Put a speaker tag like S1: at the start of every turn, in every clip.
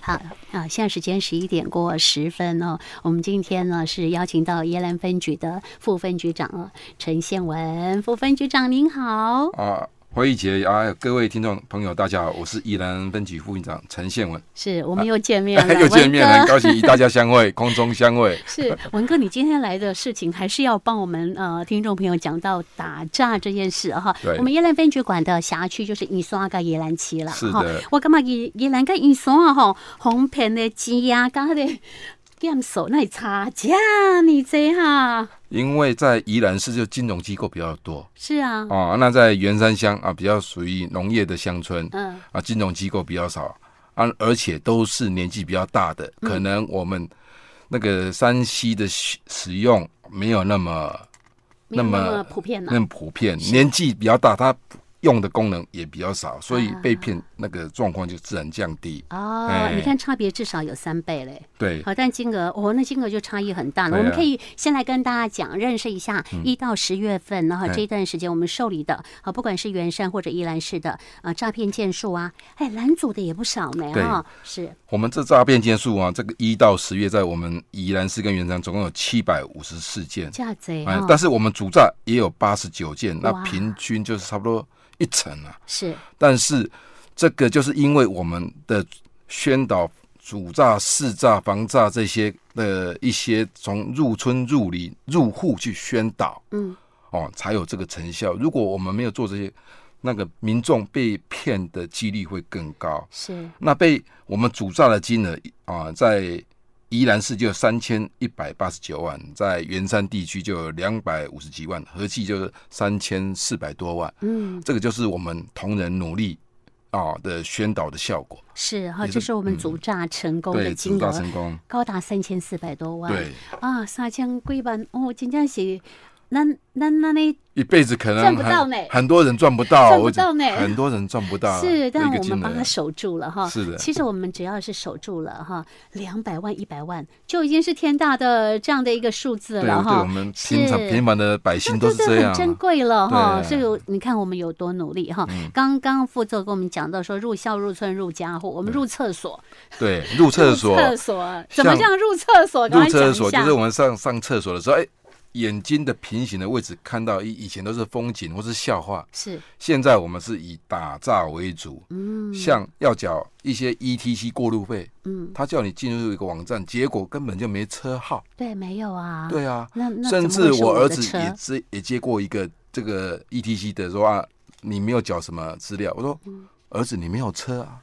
S1: 好啊，现在时间十一点过十分哦。我们今天呢是邀请到耶兰分局的副分局长哦，陈宪文副分局长您好。
S2: 啊，慧怡姐啊，各位听众朋友，大家好，我是宜兰分局副局长陈宪文，
S1: 是我们又见面 了，
S2: 又见面了，
S1: 文
S2: 很
S1: 哥。
S2: 高兴与大家相会， 空中相会。
S1: 是文哥，你今天来的事情还是要帮我们呃听众朋友讲到打诈这件事哈。
S2: 对
S1: 我们耶兰分局管的辖区就是宜山跟宜兰区了
S2: 是
S1: 哈
S2: 的。
S1: 我感觉宜宜兰跟宜山啊吼，红骗的钱啊，跟那 个检手那里差价你这哈。
S2: 因为在宜兰市就金融机构比较多
S1: 是啊，
S2: 啊，那在员山乡啊，比较属于农业的乡村
S1: 嗯，
S2: 啊，金融机构比较少啊，而且都是年纪比较大的，
S1: 嗯
S2: 可能我们那个山西的使使用没有那么
S1: 没有那
S2: 那
S1: 么
S2: 么
S1: 普遍啊嘛
S2: 那。么普遍，年纪比较大，他用的功能也比较少，所
S1: 啊
S2: 以被骗那个状况就自然降低。
S1: 哦，
S2: 哎
S1: 你看差别至少有三倍嘞，
S2: 对，
S1: 好，但金额哦，那金额就差异很大了。
S2: 对啊嗯
S1: 我们可以先来跟大家讲，认识一下一到十月份，然后
S2: 哎
S1: 这一段时间我们受理的啊，不管是圆山或者宜兰市的啊，诈骗件数啊，哎，拦阻的也不少呢
S2: 对
S1: 哈，是
S2: 我们这诈骗件数啊，这个一到十月在我们宜兰市跟原山总共有七百五十四件，
S1: 这样子
S2: 哎
S1: 哈，
S2: 但是我们主诈也有八十九件，那
S1: 哦哇
S2: 平均就是差不多一成啊。
S1: 是
S2: 但是这个就是因为我们的宣导主诈、市诈、防诈这些的一些从入村、入里、入户去宣导，
S1: 嗯，
S2: 哦，才有这个成效。如果我们没有做这些，那个民众被骗的几率会更高。
S1: 是
S2: 那被我们主诈的金额啊，在宜兰市就三千一百八十九万，在圆山地区就有两百五十几万，合计就是三千四百多万。
S1: 嗯
S2: 这个就是我们同仁努力啊的宣导的效果，
S1: 是哈，
S2: 也是
S1: 这是我们
S2: 嗯
S1: 阻诈成功的
S2: 对，
S1: 金
S2: 主
S1: 额
S2: 打成功，
S1: 高达三千四百多万，
S2: 对，
S1: 啊，三千几万哦，真正是咱咱咱咧。
S2: 一辈子可
S1: 赚
S2: 能
S1: 不到
S2: 很
S1: 呢
S2: 很多人赚不到，
S1: 赚不到呢
S2: 我很多人赚不到，
S1: 是，但
S2: 一个
S1: 我们
S2: 金
S1: 帮他
S2: 额。
S1: 守住了哈。
S2: 是的
S1: 其实我们只要是守住了哈，两百万、一百万就已经是天大的这样的一个数字
S2: 对，
S1: 了
S2: 对
S1: 哈。
S2: 我们平常
S1: 是
S2: 平凡的百姓都是
S1: 这
S2: 这样
S1: 很
S2: 啊，
S1: 珍贵了哈，所
S2: 对嗯
S1: 以你看我们有多努力哈。刚刚副座跟我们讲到说，入校、入村、入家户，我们入厕所，
S2: 对，入厕所，
S1: 厕所怎么
S2: 像
S1: 让入厕所？赶快
S2: 入
S1: 讲
S2: 厕
S1: 一
S2: 所
S1: 下
S2: 就是我们上上厕所的时候，哎，眼睛的平行的位置看到以以前都是风景或是笑话，
S1: 是
S2: 现在我们是以打诈为主，嗯，像要缴一些 ETC 过路费，
S1: 嗯，
S2: 他叫你进入一个网站，结果根本就没车号，
S1: 对，没有啊。
S2: 对啊，
S1: 那那
S2: 甚
S1: 怎么
S2: 至
S1: 会是我
S2: 儿
S1: 的
S2: 子
S1: 车
S2: 也接也接过一个这个 ETC 的说啊，你没有缴什么资料，我说
S1: 嗯
S2: 儿子你没有车啊，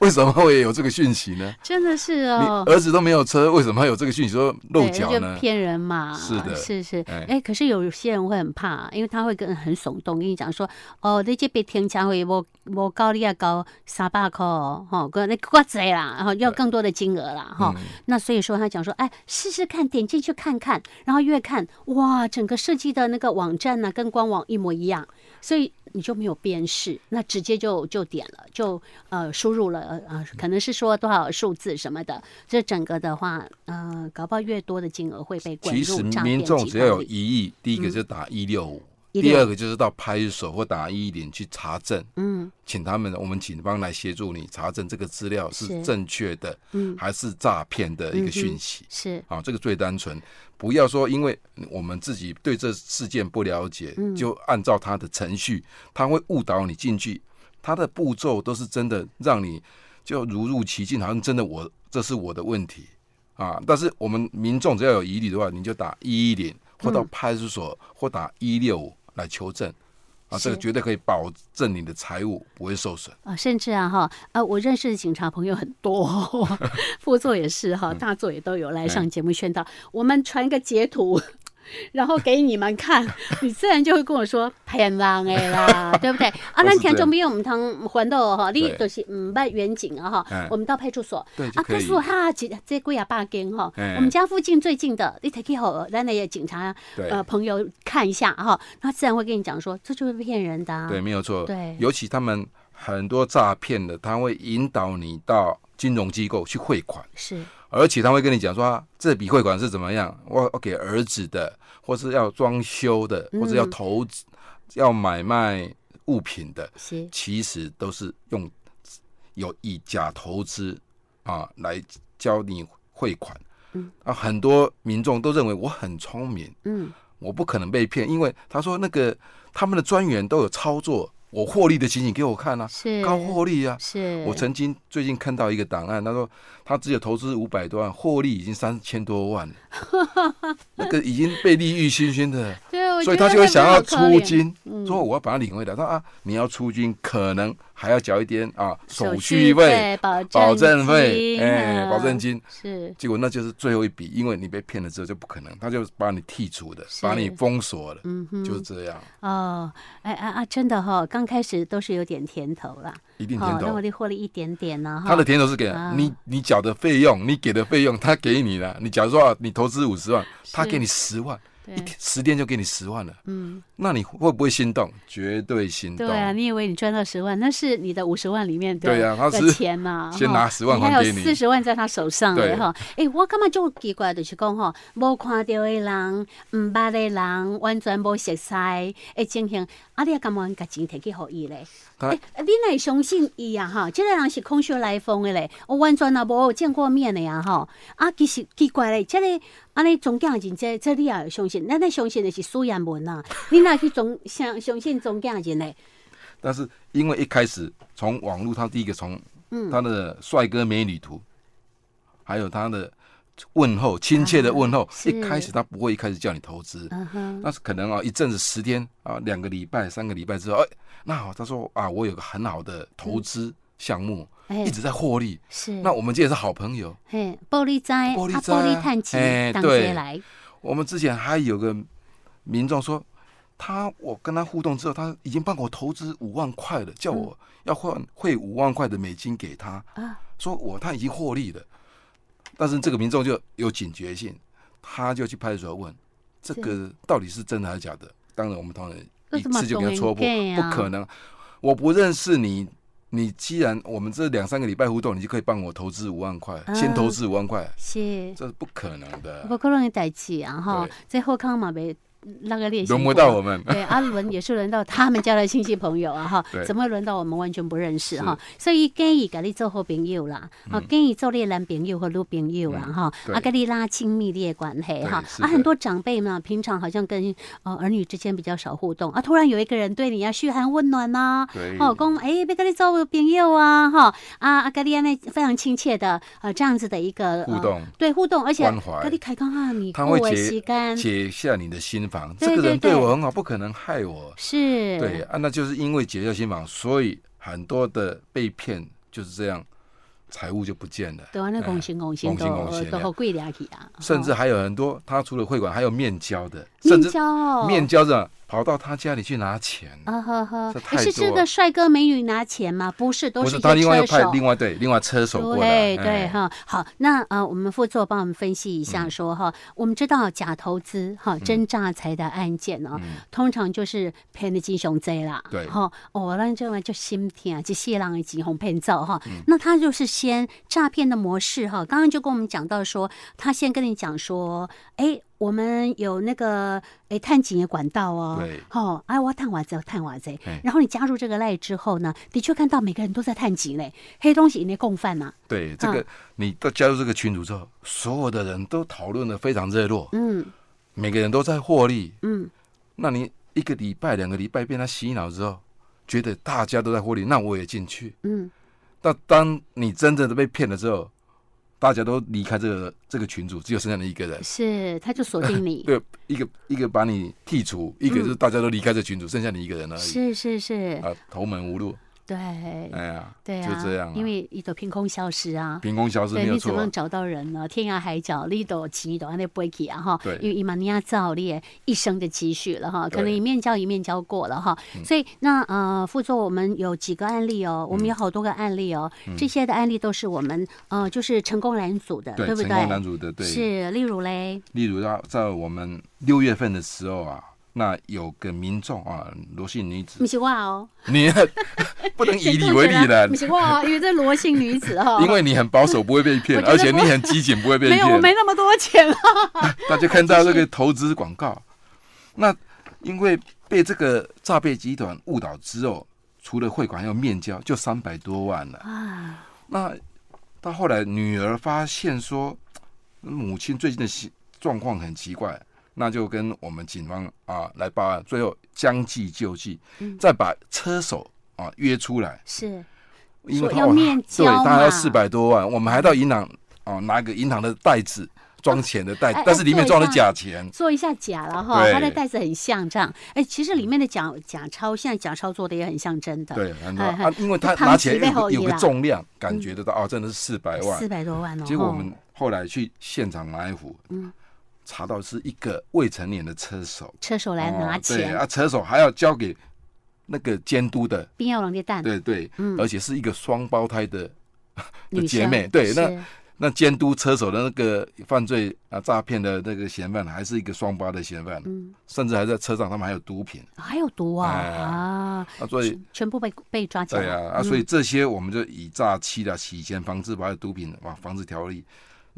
S2: 为什么会有这个讯息呢？
S1: 真的是
S2: 你
S1: 哦，
S2: 儿子都没有车，为什么会有这个讯息说漏
S1: 对，那
S2: 缴
S1: 就
S2: 呢？
S1: 骗人嘛，
S2: 是的
S1: 是是。哎
S2: 哎、
S1: 可是有些人会很怕，因为他会跟很耸动，跟你讲说，哦，你这边停车费无无高，你要高三百块哦，吼、哦，你够贼啦，然后要更多的金额
S2: 哎
S1: 啦，
S2: 嗯
S1: 哈、那所以说他讲说，哎，试试看，点进去看看，然后越看，哇，整个设计的那个网站呢、跟官网一模一样，所以。你就没有辨识，那直接就就点了，就呃输入了呃呃，可能是说多少数字什么的，这整个的话，呃，搞不好越多的金额会被滚
S2: 其实
S1: 入诈骗
S2: 民众
S1: 集
S2: 只
S1: 团
S2: 要有
S1: 里嗯
S2: 疑义，第一个就打一六五，
S1: 165
S2: 第二个就是到派出所或打一一零去查证，
S1: 嗯，
S2: 请他们我们警方来协助你查证这个资料
S1: 是嗯
S2: 是正确的，还是诈骗的一个讯息。
S1: 是
S2: 啊，这个最单纯，不要说因为我们自己对这事件不了解，
S1: 嗯
S2: 就按照他的程序，他会误导你进去，他的步骤都是真的让你就如入其境，好像真的我这是我的问题啊。但是我们民众只要有疑虑的话，你就打一一零或
S1: 嗯
S2: 到派出所、或打一六五来求证啊，这
S1: 是
S2: 个绝对可以保证你的财物不会受损。
S1: 啊，甚至啊哈啊，我认识的警察朋友很多，哦 副座也是
S2: 嗯
S1: 哈，大座也都有
S2: 哎
S1: 来上节目宣导，我们传个截图。然后给你们看， 你自然就会跟我说骗人的啦，对不对？啊，
S2: 都
S1: 咱
S2: 是
S1: 听
S2: 这
S1: 众
S2: 样
S1: 朋友唔通烦恼哦哈，你
S2: 对
S1: 就是唔捌远景啊哈
S2: 哎，
S1: 我们到派出所
S2: 对
S1: 啊，
S2: 就可
S1: 告
S2: 以
S1: 诉哈，这这几啊百间哈，
S2: 哎
S1: 我们家附近最近的，你 take 好咱的警察
S2: 对
S1: 呃朋友看一下哈，他自然会跟你讲说，这就是骗人的啊，
S2: 对，没有错。
S1: 对
S2: 尤其他们很多诈骗的，他会引导你到金融机构去汇款，
S1: 是
S2: 而且他会跟你讲说、啊、这笔汇款是怎么样，我我给儿子的，或是要装修的，
S1: 嗯
S2: 或者要投资、要买卖物品的，
S1: 是。
S2: 其实都是用有意假投资啊来教你汇款。啊，很多民众都认为我很聪明，
S1: 嗯，
S2: 我不可能被骗，因为他说那个他们的专员都有操作我获利的情形给我看啊，
S1: 是
S2: 高获利啊。
S1: 是，
S2: 我曾经最近看到一个档案，他说他只有投资五百多万，获利已经三千 多万了，那个已经被利欲熏熏的，
S1: 对，我
S2: 所
S1: 觉
S2: 以他
S1: 得
S2: 就会
S1: 那
S2: 想
S1: 蛮
S2: 要
S1: 有可
S2: 出
S1: 怜，嗯
S2: 金，说我要把它领回来。他说啊，你要出金，可能还要缴一点啊手续费、
S1: 费、保
S2: 保
S1: 证
S2: 证费、哎
S1: 嗯
S2: 保证金。
S1: 是
S2: 结果那就是最后一笔，因为你被骗了之后就不可能，他就把你剔除的，
S1: 是
S2: 把你封锁了，
S1: 嗯哼
S2: 就是这样，
S1: 哦，哎啊啊，真的哈、刚开始都是有点甜头啦，
S2: 一定甜
S1: 哦，那我
S2: 头。
S1: 得获利一点点呢、哈。
S2: 他的甜头是给
S1: 啊
S2: 你，你缴的费用，你给的费用，他给你了。你假如说啊你投资五十万，他给你十万，
S1: 对
S2: 一天十天就给你十万了，
S1: 嗯，
S2: 那你会不会心动？绝对心动
S1: 对。啊，你以为你赚到十万，那是你的五十万里面的
S2: 对啊他
S1: 的
S2: 是
S1: 钱嘛，
S2: 先
S1: 哈
S2: 拿10万
S1: 还
S2: 还
S1: 有
S2: 给你
S1: 四十万在他手上
S2: 对
S1: 嘞哈。哎，我感觉就奇怪，就是讲吼，无看到的人，唔捌的人，完全无熟悉诶情形，啊，你也甘愿把钱摕去互伊咧？
S2: 他
S1: 哎，你哪会相信伊啊？哈，即个人是空穴来风的嘞，我完全也无见过面的呀吼。啊，其实奇怪嘞，即个安尼总经人，这这你也会相信，咱咧相信的是苏彦文啊，你哪去总相相信总经人嘞？
S2: 但是因为一开始从网络，他第一个从
S1: 嗯
S2: 他的帅哥美女图，还有他的问候亲切的问候，
S1: 啊是
S2: 一开始他不会一开始叫你投资，
S1: 嗯哼，
S2: 那是可能啊一阵子十天啊两个礼拜三个礼拜之后，哎，那好，他说啊我有个很好的投资项目，
S1: 哎
S2: 一直在获利，
S1: 是，
S2: 那我们这也是好朋友，
S1: 嘿，玻璃仔，啊，
S2: 玻璃仔
S1: 玻璃探
S2: 哎
S1: 钱，当
S2: 对
S1: 街来，
S2: 我们之前还有个民众说，他我跟他互动之后，他已经帮我投资五万块了，叫我要换汇五万块的美金给他，
S1: 嗯啊
S2: 说我他已经获利了。但是这个民众就有警觉性，他就去派出所问，这个到底是真的还是假的？当然，我们当然一次就给他戳破，
S1: 这么懂人家
S2: 不
S1: 啊
S2: 可能，我不认识你。你既然我们这两三个礼拜互动，你就可以帮我投资五万块，先投资五万块，
S1: 是，
S2: 这是不可能的，
S1: 啊不可能的代志啊哈
S2: 对，
S1: 这后康嘛没那个练习，
S2: 轮不到我们。
S1: 对，阿伦也是轮到他们家的亲戚朋友啊哈
S2: 对，
S1: 怎么会轮到我们完全不认识哈？所以建议甲你做好朋友啦，啊，建议做你的男朋友和女朋友啦哈，
S2: 嗯对
S1: 啊，跟你拉亲密的关系哈。
S2: 是
S1: 啊，
S2: 的
S1: 很多长辈嘛，平常好像跟呃儿女之间比较少互动啊，突然有一个人对你啊嘘寒问暖呐、
S2: 对
S1: 哦，讲诶，要跟你做朋友啊，哈啊啊，跟你安尼非常亲切的呃这样子的一个
S2: 互
S1: 呃
S2: 动
S1: 对互动，而且
S2: 关怀
S1: 跟你开讲啊，你
S2: 他会
S1: 顾的
S2: 解
S1: 时间
S2: 解下你的心房，
S1: 嗯对
S2: 这个人
S1: 对对
S2: 对我很好，不可能害我。
S1: 是，
S2: 对啊，那就是因为解下心房，所以很多的被骗就是这样，财务就不见了，
S1: 对啊，那拱形拱形
S2: 拱
S1: 都
S2: 形拱形
S1: 都
S2: 的
S1: 好贵俩去啊，
S2: 甚至
S1: 哦
S2: 还有很多他除了汇款，还有面交的，甚
S1: 面
S2: 至
S1: 交哦
S2: 面交的跑到他家里去拿钱，
S1: 啊呵呵
S2: 这，太
S1: 诶是
S2: 多
S1: 这个
S2: 了
S1: 帅哥美女拿钱吗？不是，都
S2: 不
S1: 是
S2: 是
S1: 一
S2: 他
S1: 些
S2: 另外
S1: 车
S2: 又派
S1: 手。
S2: 另外对另外车手过来，
S1: 对对
S2: 哎，嗯
S1: 哈，好，那呃，我们副座帮我们分析一下说哈，我们知道假投资哈、真诈财的案件哦，通常就是骗的金熊贼啦，
S2: 嗯对
S1: 哈，哦，那这玩意就心疼啊，这些人的钱红骗走哈，
S2: 嗯
S1: 那他就是先诈骗的模式哈，刚刚就跟我们讲到说，他先跟你讲说，哎。我们有那个诶，探井的管道哦，
S2: 对
S1: 哦，哎，我探瓦贼，探瓦贼
S2: 哎。
S1: 然后你加入这个赖之后呢，的确看到每个人都在探井嘞，黑东西也在共犯呐、
S2: 对
S1: 嗯
S2: 这个你到加入这个群组之后，所有的人都讨论的非常热络，
S1: 嗯
S2: 每个人都在获利，
S1: 嗯，
S2: 那你一个礼拜、两个礼拜被他洗脑之后，觉得大家都在获利，那我也进去。
S1: 嗯，
S2: 那当你真正的被骗了之后，大家都离开这个这个群组，只有剩下你一个人。
S1: 是，他就锁定你。
S2: 呃对，一个一个把你剔除，一个就是大家都离开这群组，剩下你一个人而已。
S1: 嗯是是是，
S2: 啊，头门无路，
S1: 对
S2: 哎呀，
S1: 对啊，
S2: 就这样啊
S1: 因为一朵凭空消失啊。
S2: 凭空消失
S1: 对，
S2: 没有
S1: 你怎
S2: 错
S1: 么
S2: 啊
S1: 能。找到人呢？天涯海角，你都钱都安尼背起啊哈！
S2: 对
S1: 因为伊玛尼亚造你的一生的积蓄了哈，可能
S2: 对嗯
S1: 一面交一面交过了哈。所以那呃，副座我们有几个案例哦，我们有好多个案例哦，
S2: 嗯
S1: 这些的案例都是我们呃就是成功男组的，
S2: 对，
S1: 不
S2: 成功男主的对，
S1: 是，例如嘞，
S2: 例如在在我们六月份的时候啊，那有个民众啊，罗姓女子
S1: 不，是我哦，
S2: 你 不能 以你为例 了，
S1: 不，是我哦，因为这罗姓女子哈
S2: 因为你很保守，不会被 骗，
S1: 我觉得
S2: 而且你很机警，不会被
S1: 没有，我
S2: 骗。
S1: 没那么多 钱了。
S2: 那就看到这个投资广告，那因为被这个诈骗集团误导之后，除了汇款还有面交，就三百多万了。
S1: 啊，
S2: 那到后来，女儿发现说，母亲最近的习状况很奇怪，那就跟我们警方啊来报案，最后将计就计，
S1: 嗯
S2: 再把车手啊约出来，
S1: 是
S2: 因为
S1: 说
S2: 他
S1: 要
S2: 哇
S1: 面交
S2: 对，大概要
S1: 嘛
S2: 四百多万，我们还到银行哦、拿个银行的袋子装钱的袋
S1: 哎哎，
S2: 但是里面
S1: 对
S2: 装的
S1: 那
S2: 假钱，
S1: 做一下假了哈，
S2: 对嗯
S1: 它的袋子很像这样。哎，其实里面的假假钞，现在假钞做的也很像真的，
S2: 对，很多
S1: 哎
S2: 啊，因为他
S1: 就
S2: 拿起来
S1: 旁几倍
S2: 有个
S1: 而
S2: 有
S1: 已
S2: 个
S1: 啦
S2: 重量，感觉得到哦，真的是四百万
S1: 四。百多万哦。
S2: 结果我
S1: 吼
S2: 们后来去现场拿一壶，查到是一个未成年的车手
S1: 车手来拿
S2: 哦对
S1: 钱，
S2: 啊，车手还要交给那个监督的，
S1: 冰药龙的蛋，
S2: 对对，而且是一个双胞胎的的
S1: 嗯女
S2: 姐
S1: 生
S2: 妹，对，那
S1: 是
S2: 那监督车手的那个犯罪啊诈骗的那个嫌犯还是一个双胞的嫌犯，
S1: 嗯
S2: 甚至还在车上他们还有毒品
S1: 还有毒啊
S2: 哎
S1: 啊！
S2: 啊，所以
S1: 全全部被被抓起来
S2: 对啊，啊，
S1: 嗯
S2: 所以这些我们就以诈欺的、洗钱防治法、毒品啊防治条例。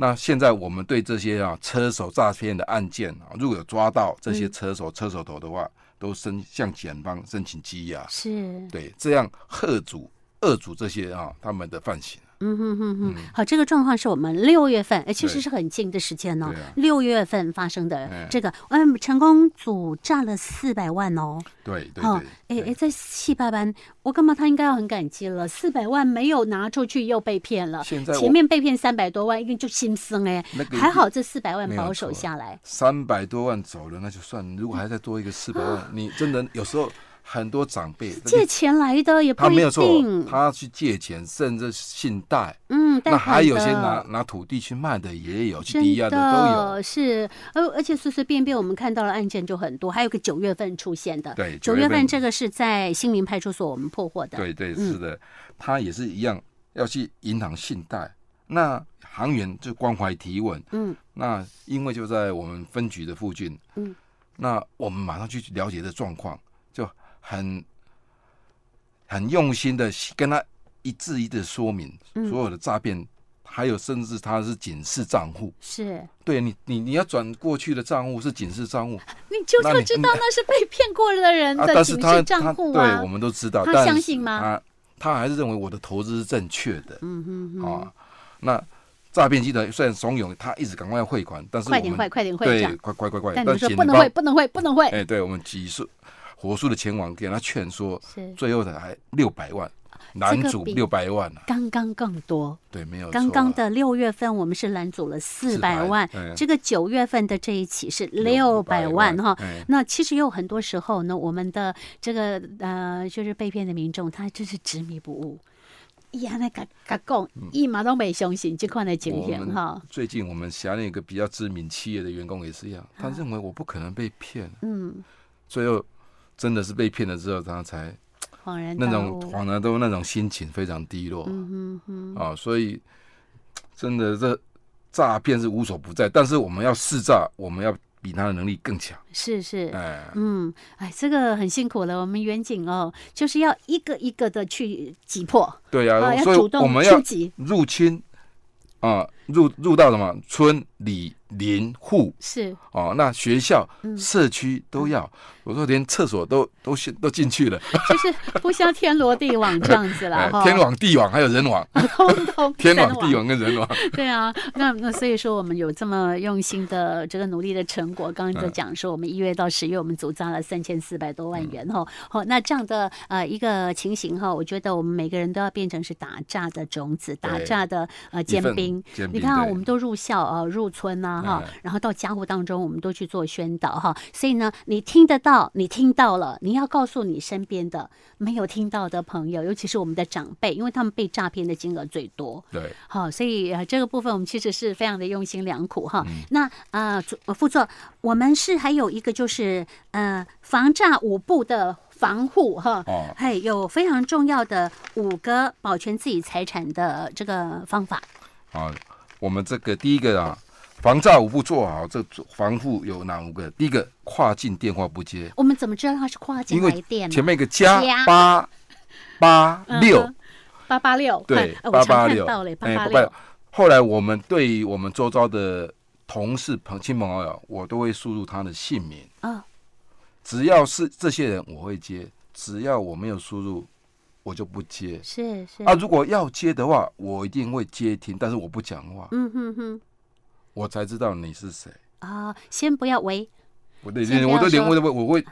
S2: 那现在我们对这些啊车手诈骗的案件啊，如果有抓到这
S1: 嗯
S2: 些车手、车手头的话，都申向检方申请羁押，
S1: 是，嗯
S2: 对，这样遏阻遏阻这些啊他们的犯行。
S1: 嗯哼哼哼，好，这个状况是我们六月份，哎，其实
S2: 对
S1: 是很近的时间哦
S2: 对啊，
S1: 六月份发生的
S2: 哎
S1: 这个，嗯，成功组诈了四百万哦，
S2: 对对
S1: 哦，哎
S2: 对，
S1: 哎，在戏班班，我干嘛他应该要很感激了，四百万没有拿出去又被骗了，
S2: 现在我
S1: 前面被骗三百多万，一定就心酸哎
S2: 那，个
S1: 还好这四百万
S2: 没有
S1: 保守
S2: 错
S1: 下来，
S2: 三百多万走了那就算，如果还再多一个四百万，你真的有时候很多长辈
S1: 啊借钱来的也
S2: 他
S1: 不
S2: 没
S1: 一
S2: 有错
S1: 定，，
S2: 他去借钱甚至信贷。
S1: 嗯，贷
S2: 那还
S1: 款
S2: 有些
S1: 的
S2: 拿拿土地去卖的也有，去
S1: 真
S2: 抵押的都有。
S1: 是，而而且随随便便我们看到了案件就很多，还有个九月份出现的，
S2: 对
S1: 九
S2: 9
S1: 月
S2: 月
S1: 份
S2: 份
S1: 这个是在新民派出所我们破获的，，
S2: 对对，
S1: 嗯
S2: 是的，他也是一样要去银行信贷。那行员就关怀提问，
S1: 嗯，
S2: 那因为就在我们分局的附近，
S1: 嗯，
S2: 那我们马上去了解这状况，就很很用心的跟他一字一字说明
S1: 嗯
S2: 所有的诈骗，还有甚至他是警示账户，
S1: 是，
S2: 对你你你要转过去的账户是警示账户，
S1: 你就
S2: 那
S1: 要
S2: 你
S1: 知道那是被骗过的人
S2: 啊，
S1: 的
S2: 但是
S1: 警
S2: 他
S1: 示账户
S2: 他
S1: 啊
S2: 对，我，们都知道，
S1: 他
S2: 但
S1: 相
S2: 是
S1: 信吗
S2: 他他还是认为我的投资是正确的。嗯嗯啊，那诈骗集团虽然怂恿他一直赶快汇款，但是我
S1: 快
S2: 们
S1: 点汇，快点汇这
S2: 对，
S1: 样，
S2: 快快快快，
S1: 但你
S2: 但
S1: 们说
S2: 警
S1: 不能
S2: 方
S1: 汇，不能汇，不能汇，
S2: 哎，对我们急速火速的前往给他劝说，
S1: 是
S2: 最后的还六百万，男主
S1: 比
S2: 六百万啊，
S1: 刚刚更多。
S2: 对，没有
S1: 刚
S2: 错
S1: 刚
S2: 啊
S1: 的六月份，我们是拦阻了四百万
S2: 400，哎
S1: 这个九月份的这一起是六
S2: 600
S1: 百万哈
S2: 哎。
S1: 那其实有很多时候呢，我们的这个呃，就是被骗的民众，他真是执迷不悟。伊安尼甲甲讲，伊嘛都没相信这款的情
S2: 嗯我
S1: 形
S2: 们
S1: 哈。
S2: 最近我们辖内有个比较知名企业的员工也是一样，他认为我不可能被骗，
S1: 嗯，
S2: 最后真的是被骗了之后，他才
S1: 恍然
S2: 那
S1: 大
S2: 种
S1: 悟。
S2: 恍然都那种心情非常低落，
S1: 嗯哼
S2: 啊，所以真的这诈骗是无所不在，但是我们要试诈，我们要比他的能力更强，
S1: 哼，是是。
S2: 哎，
S1: 嗯，哎，这个很辛苦了。我们远景哦，就是要一个一个的去击破，
S2: 对
S1: 啊，
S2: 啊，
S1: 要
S2: 所
S1: 主
S2: 以我
S1: 动
S2: 们
S1: 出
S2: 要
S1: 击，
S2: 入侵啊，入入到什么村里邻户
S1: 是
S2: 哦，那学校、
S1: 嗯
S2: 社区都要，我说连厕所都都先都进去了，
S1: 就是不像天罗地网这样子了
S2: 哎
S1: 哈，
S2: 天网、地网还有人网，
S1: 通通
S2: 天
S1: 三
S2: 网、地网跟人网，
S1: 对啊，那那所以说我们有这么用心的这个努力的成果，刚
S2: 嗯
S1: 刚在讲说我们一月到十月我们组扎了三千四百多万元哈，好、那这样的呃一个情形哈，我觉得我们每个人都要变成是打炸的种子，打
S2: 对
S1: 炸的呃
S2: 一
S1: 尖
S2: 份
S1: 兵。
S2: 煎
S1: 你
S2: 饼
S1: 看啊，
S2: 对
S1: 我们都入校啊、入村呐、哈，然后到家户当中，我们都去做宣导哈。所以呢，你听得到，你听到了，你要告诉你身边的没有听到的朋友，尤其是我们的长辈，因为他们被诈骗的金额最多。
S2: 对。
S1: 好，所以呃，这个部分我们其实是非常的用心良苦哈。那呃，主呃副座，我们是还有一个就是呃，防诈五步的防护哈。
S2: 哦
S1: 嘿，有非常重要的五个保全自己财产的这个方法。
S2: 啊，我们这个第一个啊，防诈五步做好，这防护有哪五个？第一个，跨境电话不接，
S1: 我们怎么知道它是跨境
S2: 因
S1: 来
S2: 为
S1: 电
S2: 前
S1: 呢？
S2: 面一个加
S1: 加
S2: 八八六
S1: 嗯，八八六，
S2: 对
S1: 哎，我
S2: 八
S1: 常
S2: 八
S1: 看
S2: 六
S1: 到嘞，，八
S2: 哎
S1: 八
S2: 886
S1: 六，
S2: 后来我们对于我们周遭的同事、朋亲朋好友，我都会输入他的姓名，
S1: 啊，
S2: 只要是这些人，我会接；只要我没有输入，我就不接
S1: 是是
S2: 啊。，如果要接的话，我一定会接听，但是我不讲话，
S1: 嗯哼哼，
S2: 我才知道你是谁。
S1: 啊，先不要喂，
S2: 我的
S1: 先不要
S2: 我的连
S1: 说
S2: 我的我会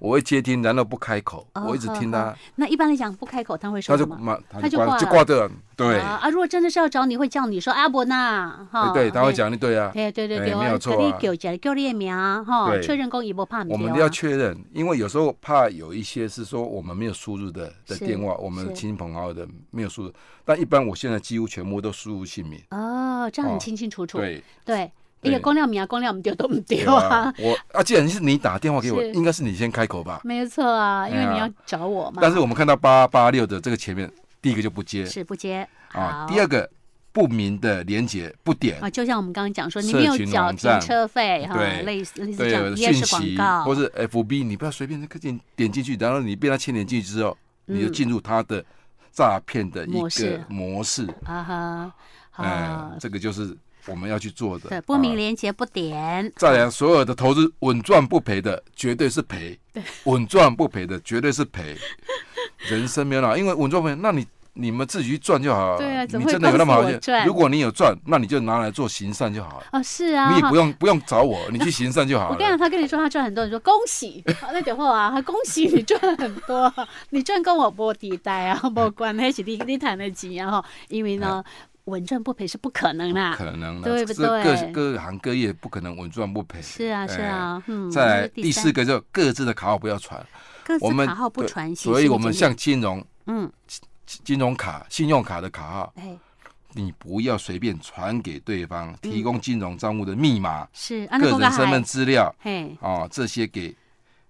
S2: 我会接听，然后不开口，
S1: 哦
S2: 我一直听他，
S1: 那一般来讲不开口他会
S2: 他
S1: 说
S2: 就
S1: 什么？
S2: 马
S1: 他
S2: 他
S1: 就
S2: 就挂
S1: 挂
S2: 了就
S1: 了
S2: 挂掉了。对哎
S1: 啊，啊如果真的是要找你，会叫你说阿伯呐，哈，哎
S2: 对，他会，讲你对啊，
S1: 对对对
S2: 哎
S1: 对，哦
S2: 没有错啊
S1: 跟你叫一下，叫你的名哈，
S2: 对
S1: 确认讲伊无怕唔
S2: 我们要确认，因为有时候怕有一些是说我们没有输入的的
S1: 是
S2: 电话，我们
S1: 是
S2: 亲朋好友的没有输入，但一般我现在几乎全部都输入姓名。
S1: 哦，这样很
S2: 哦
S1: 清清楚楚，
S2: 对，
S1: 对，哎
S2: 对
S1: 一个光亮名光亮唔对都唔 对
S2: 对
S1: 啊
S2: 啊，，我啊，既然是你打电话给我，
S1: 是
S2: 应该是你先开口吧。
S1: 没错啊，因为
S2: 哎
S1: 你
S2: 呀
S1: 要找我嘛，
S2: 但是我们看到八八六的这个前面，第一个就不接
S1: 是不接好
S2: 啊，第二个不明的连接不点，
S1: 啊，就像我们刚刚讲说，
S2: 社
S1: 你没有
S2: 群
S1: 缴
S2: 网
S1: 停
S2: 站
S1: 车费哈，
S2: 对
S1: 类似类似这
S2: 对
S1: 样，也
S2: 讯
S1: 是广
S2: 息
S1: 告，
S2: 或是 FB，你不要随便点点进去，然后你被他牵连进去之后，你就
S1: 嗯
S2: 进入他的诈骗的一
S1: 模式
S2: 个模式。
S1: 啊哈，
S2: 哎
S1: 啊，，
S2: 这个就是我们要去做的。
S1: 对，不明
S2: 啊
S1: 连结不点，
S2: 再来，所有的投资稳赚不赔的，绝对是赔；稳赚不赔的，绝对 是赔。人生没有啦，因为稳赚不赔，那你你们自己去赚就好了。
S1: 对啊怎
S2: 你
S1: 么会
S2: 真的有那么
S1: 告诉我
S2: 好
S1: 赚
S2: 运？如果你有赚，那你就拿来做行善就好了。
S1: 哦，是啊，
S2: 你也
S1: 哈
S2: 不用不用找我，你去行善就好
S1: 我
S2: 了
S1: 跟。你讲，他跟你说他赚很多，你说恭喜，好那等会啊， 他恭喜你赚很多，你赚跟我无抵代啊，无关，那是你你谈得及啊哈，因为呢，稳赚不赔是不可能啦，
S2: 哎可能的，
S1: 对不
S2: 这
S1: 对
S2: 各各行各业不可能稳赚不赔。
S1: 是啊是
S2: 哎。
S1: 啊，嗯，
S2: 再
S1: 那
S2: 来
S1: 是
S2: 第
S1: 三
S2: 四，个就各自的卡号不要传，
S1: 各
S2: 我
S1: 自
S2: 们
S1: 卡号不
S2: 对
S1: 传信息，
S2: 所以我们
S1: 简
S2: 像金融
S1: 简嗯，
S2: 金融卡、信用卡的卡号，
S1: 哎。
S2: 你不要随便传给对方，提供金融账户的密码、
S1: 是，嗯啊，那
S2: 个
S1: 公开
S2: 人身份
S1: 海，
S2: 资料
S1: 嘿，
S2: 啊、这些给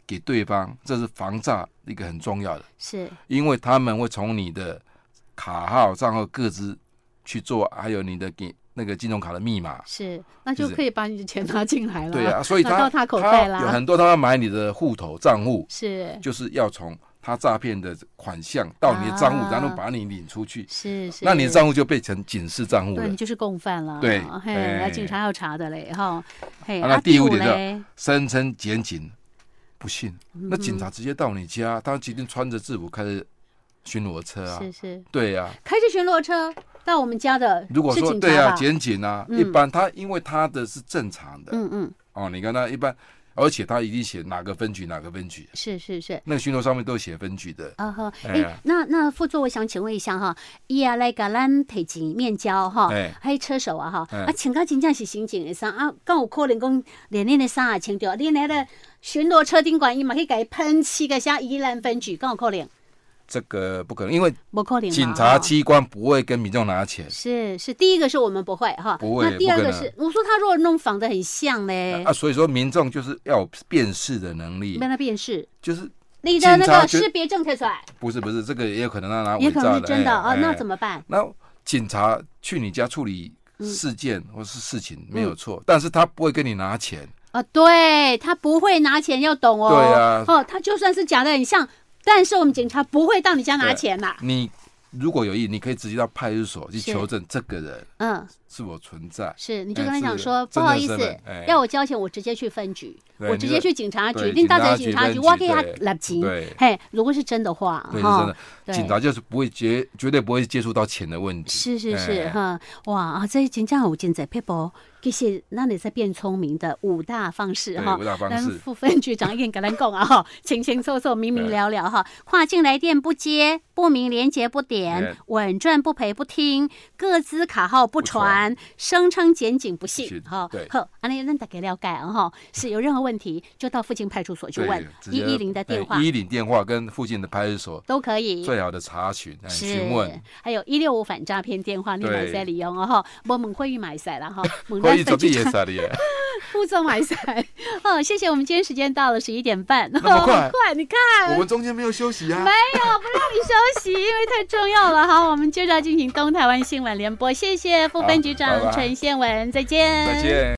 S2: 给对方，这是防诈一个很重要的，
S1: 是
S2: 因为他们会从你的卡号、账号各自去做，还有你的给那个金融卡的密码。
S1: 是，那就
S2: 就是
S1: 可以把你的钱拿进来了，
S2: 对啊，所以
S1: 拿到嗯
S2: 他
S1: 他口袋
S2: 有
S1: 啦，嗯
S2: 很多他要买你的户头账户，
S1: 是
S2: 就是要从他诈骗的款项到你的账户，
S1: 啊
S2: 然后把你领出去，
S1: 是是，
S2: 那你的账户就变成警示账户
S1: 对
S2: 了
S1: 你。就是共犯了，
S2: 对
S1: 嘿，
S2: 哎
S1: 那警察要查的嘞，哈，嘿，
S2: 啊那
S1: 啊
S2: 第五
S1: 五
S2: 点就
S1: 嘞，
S2: 声称检警，不信，
S1: 嗯
S2: 那警察直接到你家，他决定穿着制服开着巡逻车啊，
S1: 是是，
S2: 对呀、啊。
S1: 开着巡逻车到我们家的，
S2: 如果
S1: 是
S2: 说
S1: 警察
S2: 对啊，
S1: 吧
S2: 检警啊，
S1: 嗯
S2: 一般他因为他的是正常的、
S1: 嗯嗯，
S2: 哦，你看他一般，而且他一定写哪个分局哪个分局，
S1: 是是是。
S2: 那个巡逻上面都写分局的。
S1: 啊哈，
S2: 哎
S1: 哎
S2: 呀，
S1: 那那副座，我想请问一下哈，伊啊来甲咱提钱面交哈
S2: 哎，
S1: 还有车手啊哈，
S2: 哎
S1: 啊，请到真正是刑警的衫啊，敢有可能讲连恁的衫也穿着，恁那个巡逻车顶管伊嘛去甲伊喷漆个像宜兰分局，敢有可能？
S2: 这个不可能，因为
S1: 无可能嘛。
S2: 警察
S1: 哈
S2: 机关不会跟民众拿钱。
S1: 是是，第一个是我们不会哈，
S2: 不会
S1: 那第二个
S2: 不可能
S1: 是，我说他如果弄仿的很像嘞，
S2: 啊，所以说民众就是要有辨识的能力
S1: 没，那辨识，
S2: 就是
S1: 你的那
S2: 警察
S1: 个
S2: 觉
S1: 识别证推出来，
S2: 不是不是这个也有可能让他
S1: 也
S2: 伪
S1: 可
S2: 造
S1: 能是真的啊，
S2: 哎
S1: 那
S2: 哎
S1: 怎么办？
S2: 那警察去你家处理
S1: 嗯
S2: 事件或是事情没有错，但是他不会跟你拿钱。
S1: 啊，对他不会拿钱，要懂哦。
S2: 对啊
S1: 哦，他就算是假的很像，但是我们警察不会到你家拿
S2: 对
S1: 钱啦。
S2: 你如果有意，你可以直接到派出所去
S1: 是
S2: 求证这个人
S1: 嗯，
S2: 是否存在。
S1: 是，你就
S2: 哎
S1: 跟他
S2: 是
S1: 讲说，不
S2: 真
S1: 好
S2: 的
S1: 意
S2: 是
S1: 思
S2: 的哎，
S1: 要我交钱，我直接去分局，
S2: 对
S1: 我
S2: 你
S1: 直接
S2: 就
S1: 去警察局，
S2: 对
S1: 恁到这
S2: 警察
S1: 警察
S2: 局分
S1: 局，
S2: 局
S1: 我给他
S2: 对
S1: 立钱
S2: 对。
S1: 嘿，如果是真的话，
S2: 对，是真
S1: 哈
S2: 的，，
S1: 哦对
S2: 警察就是不会接，绝对不会接触到钱的问题。
S1: 是是是
S2: 哎
S1: 哈，哇啊，这真正有真侪 people，其实咱会使变聪明的五大方式
S2: 对
S1: 哈。
S2: 五大方
S1: 咱
S2: 式
S1: 副分局长已经跟咱讲啊 哈，清清楚楚、明明了了哈。跨境来电不接，不明连接不点
S2: 对，
S1: 稳赚不赔不听，各资卡号不传，声称检警不信
S2: 是
S1: 哈。
S2: 对
S1: 好，安尼咱大家了解啊哈。是有任何问题就到附近派出所去问一一零的电话
S2: 一零电话跟附近的派出所
S1: 都可以。
S2: 最好的查询、哎
S1: 是
S2: 询问。，
S1: 还有一六五反诈骗电话，你买使利用哦吼，无问会议买使 啦吼，问
S2: 会
S1: 咱
S2: 议
S1: 分
S2: 怎
S1: 局
S2: 么 也
S1: 长
S2: 啥的耶？
S1: 副总买使。哦，谢谢，我们今天时间到了十一点半，哦那
S2: 么快
S1: 快，你看
S2: 我们中间没有休息啊。
S1: 没有不让你休息，因为太重要了。好，我们接着进行东台湾新闻联播，谢谢副分局
S2: 好
S1: 长
S2: 拜拜
S1: 陈宪文，再见，
S2: 再见。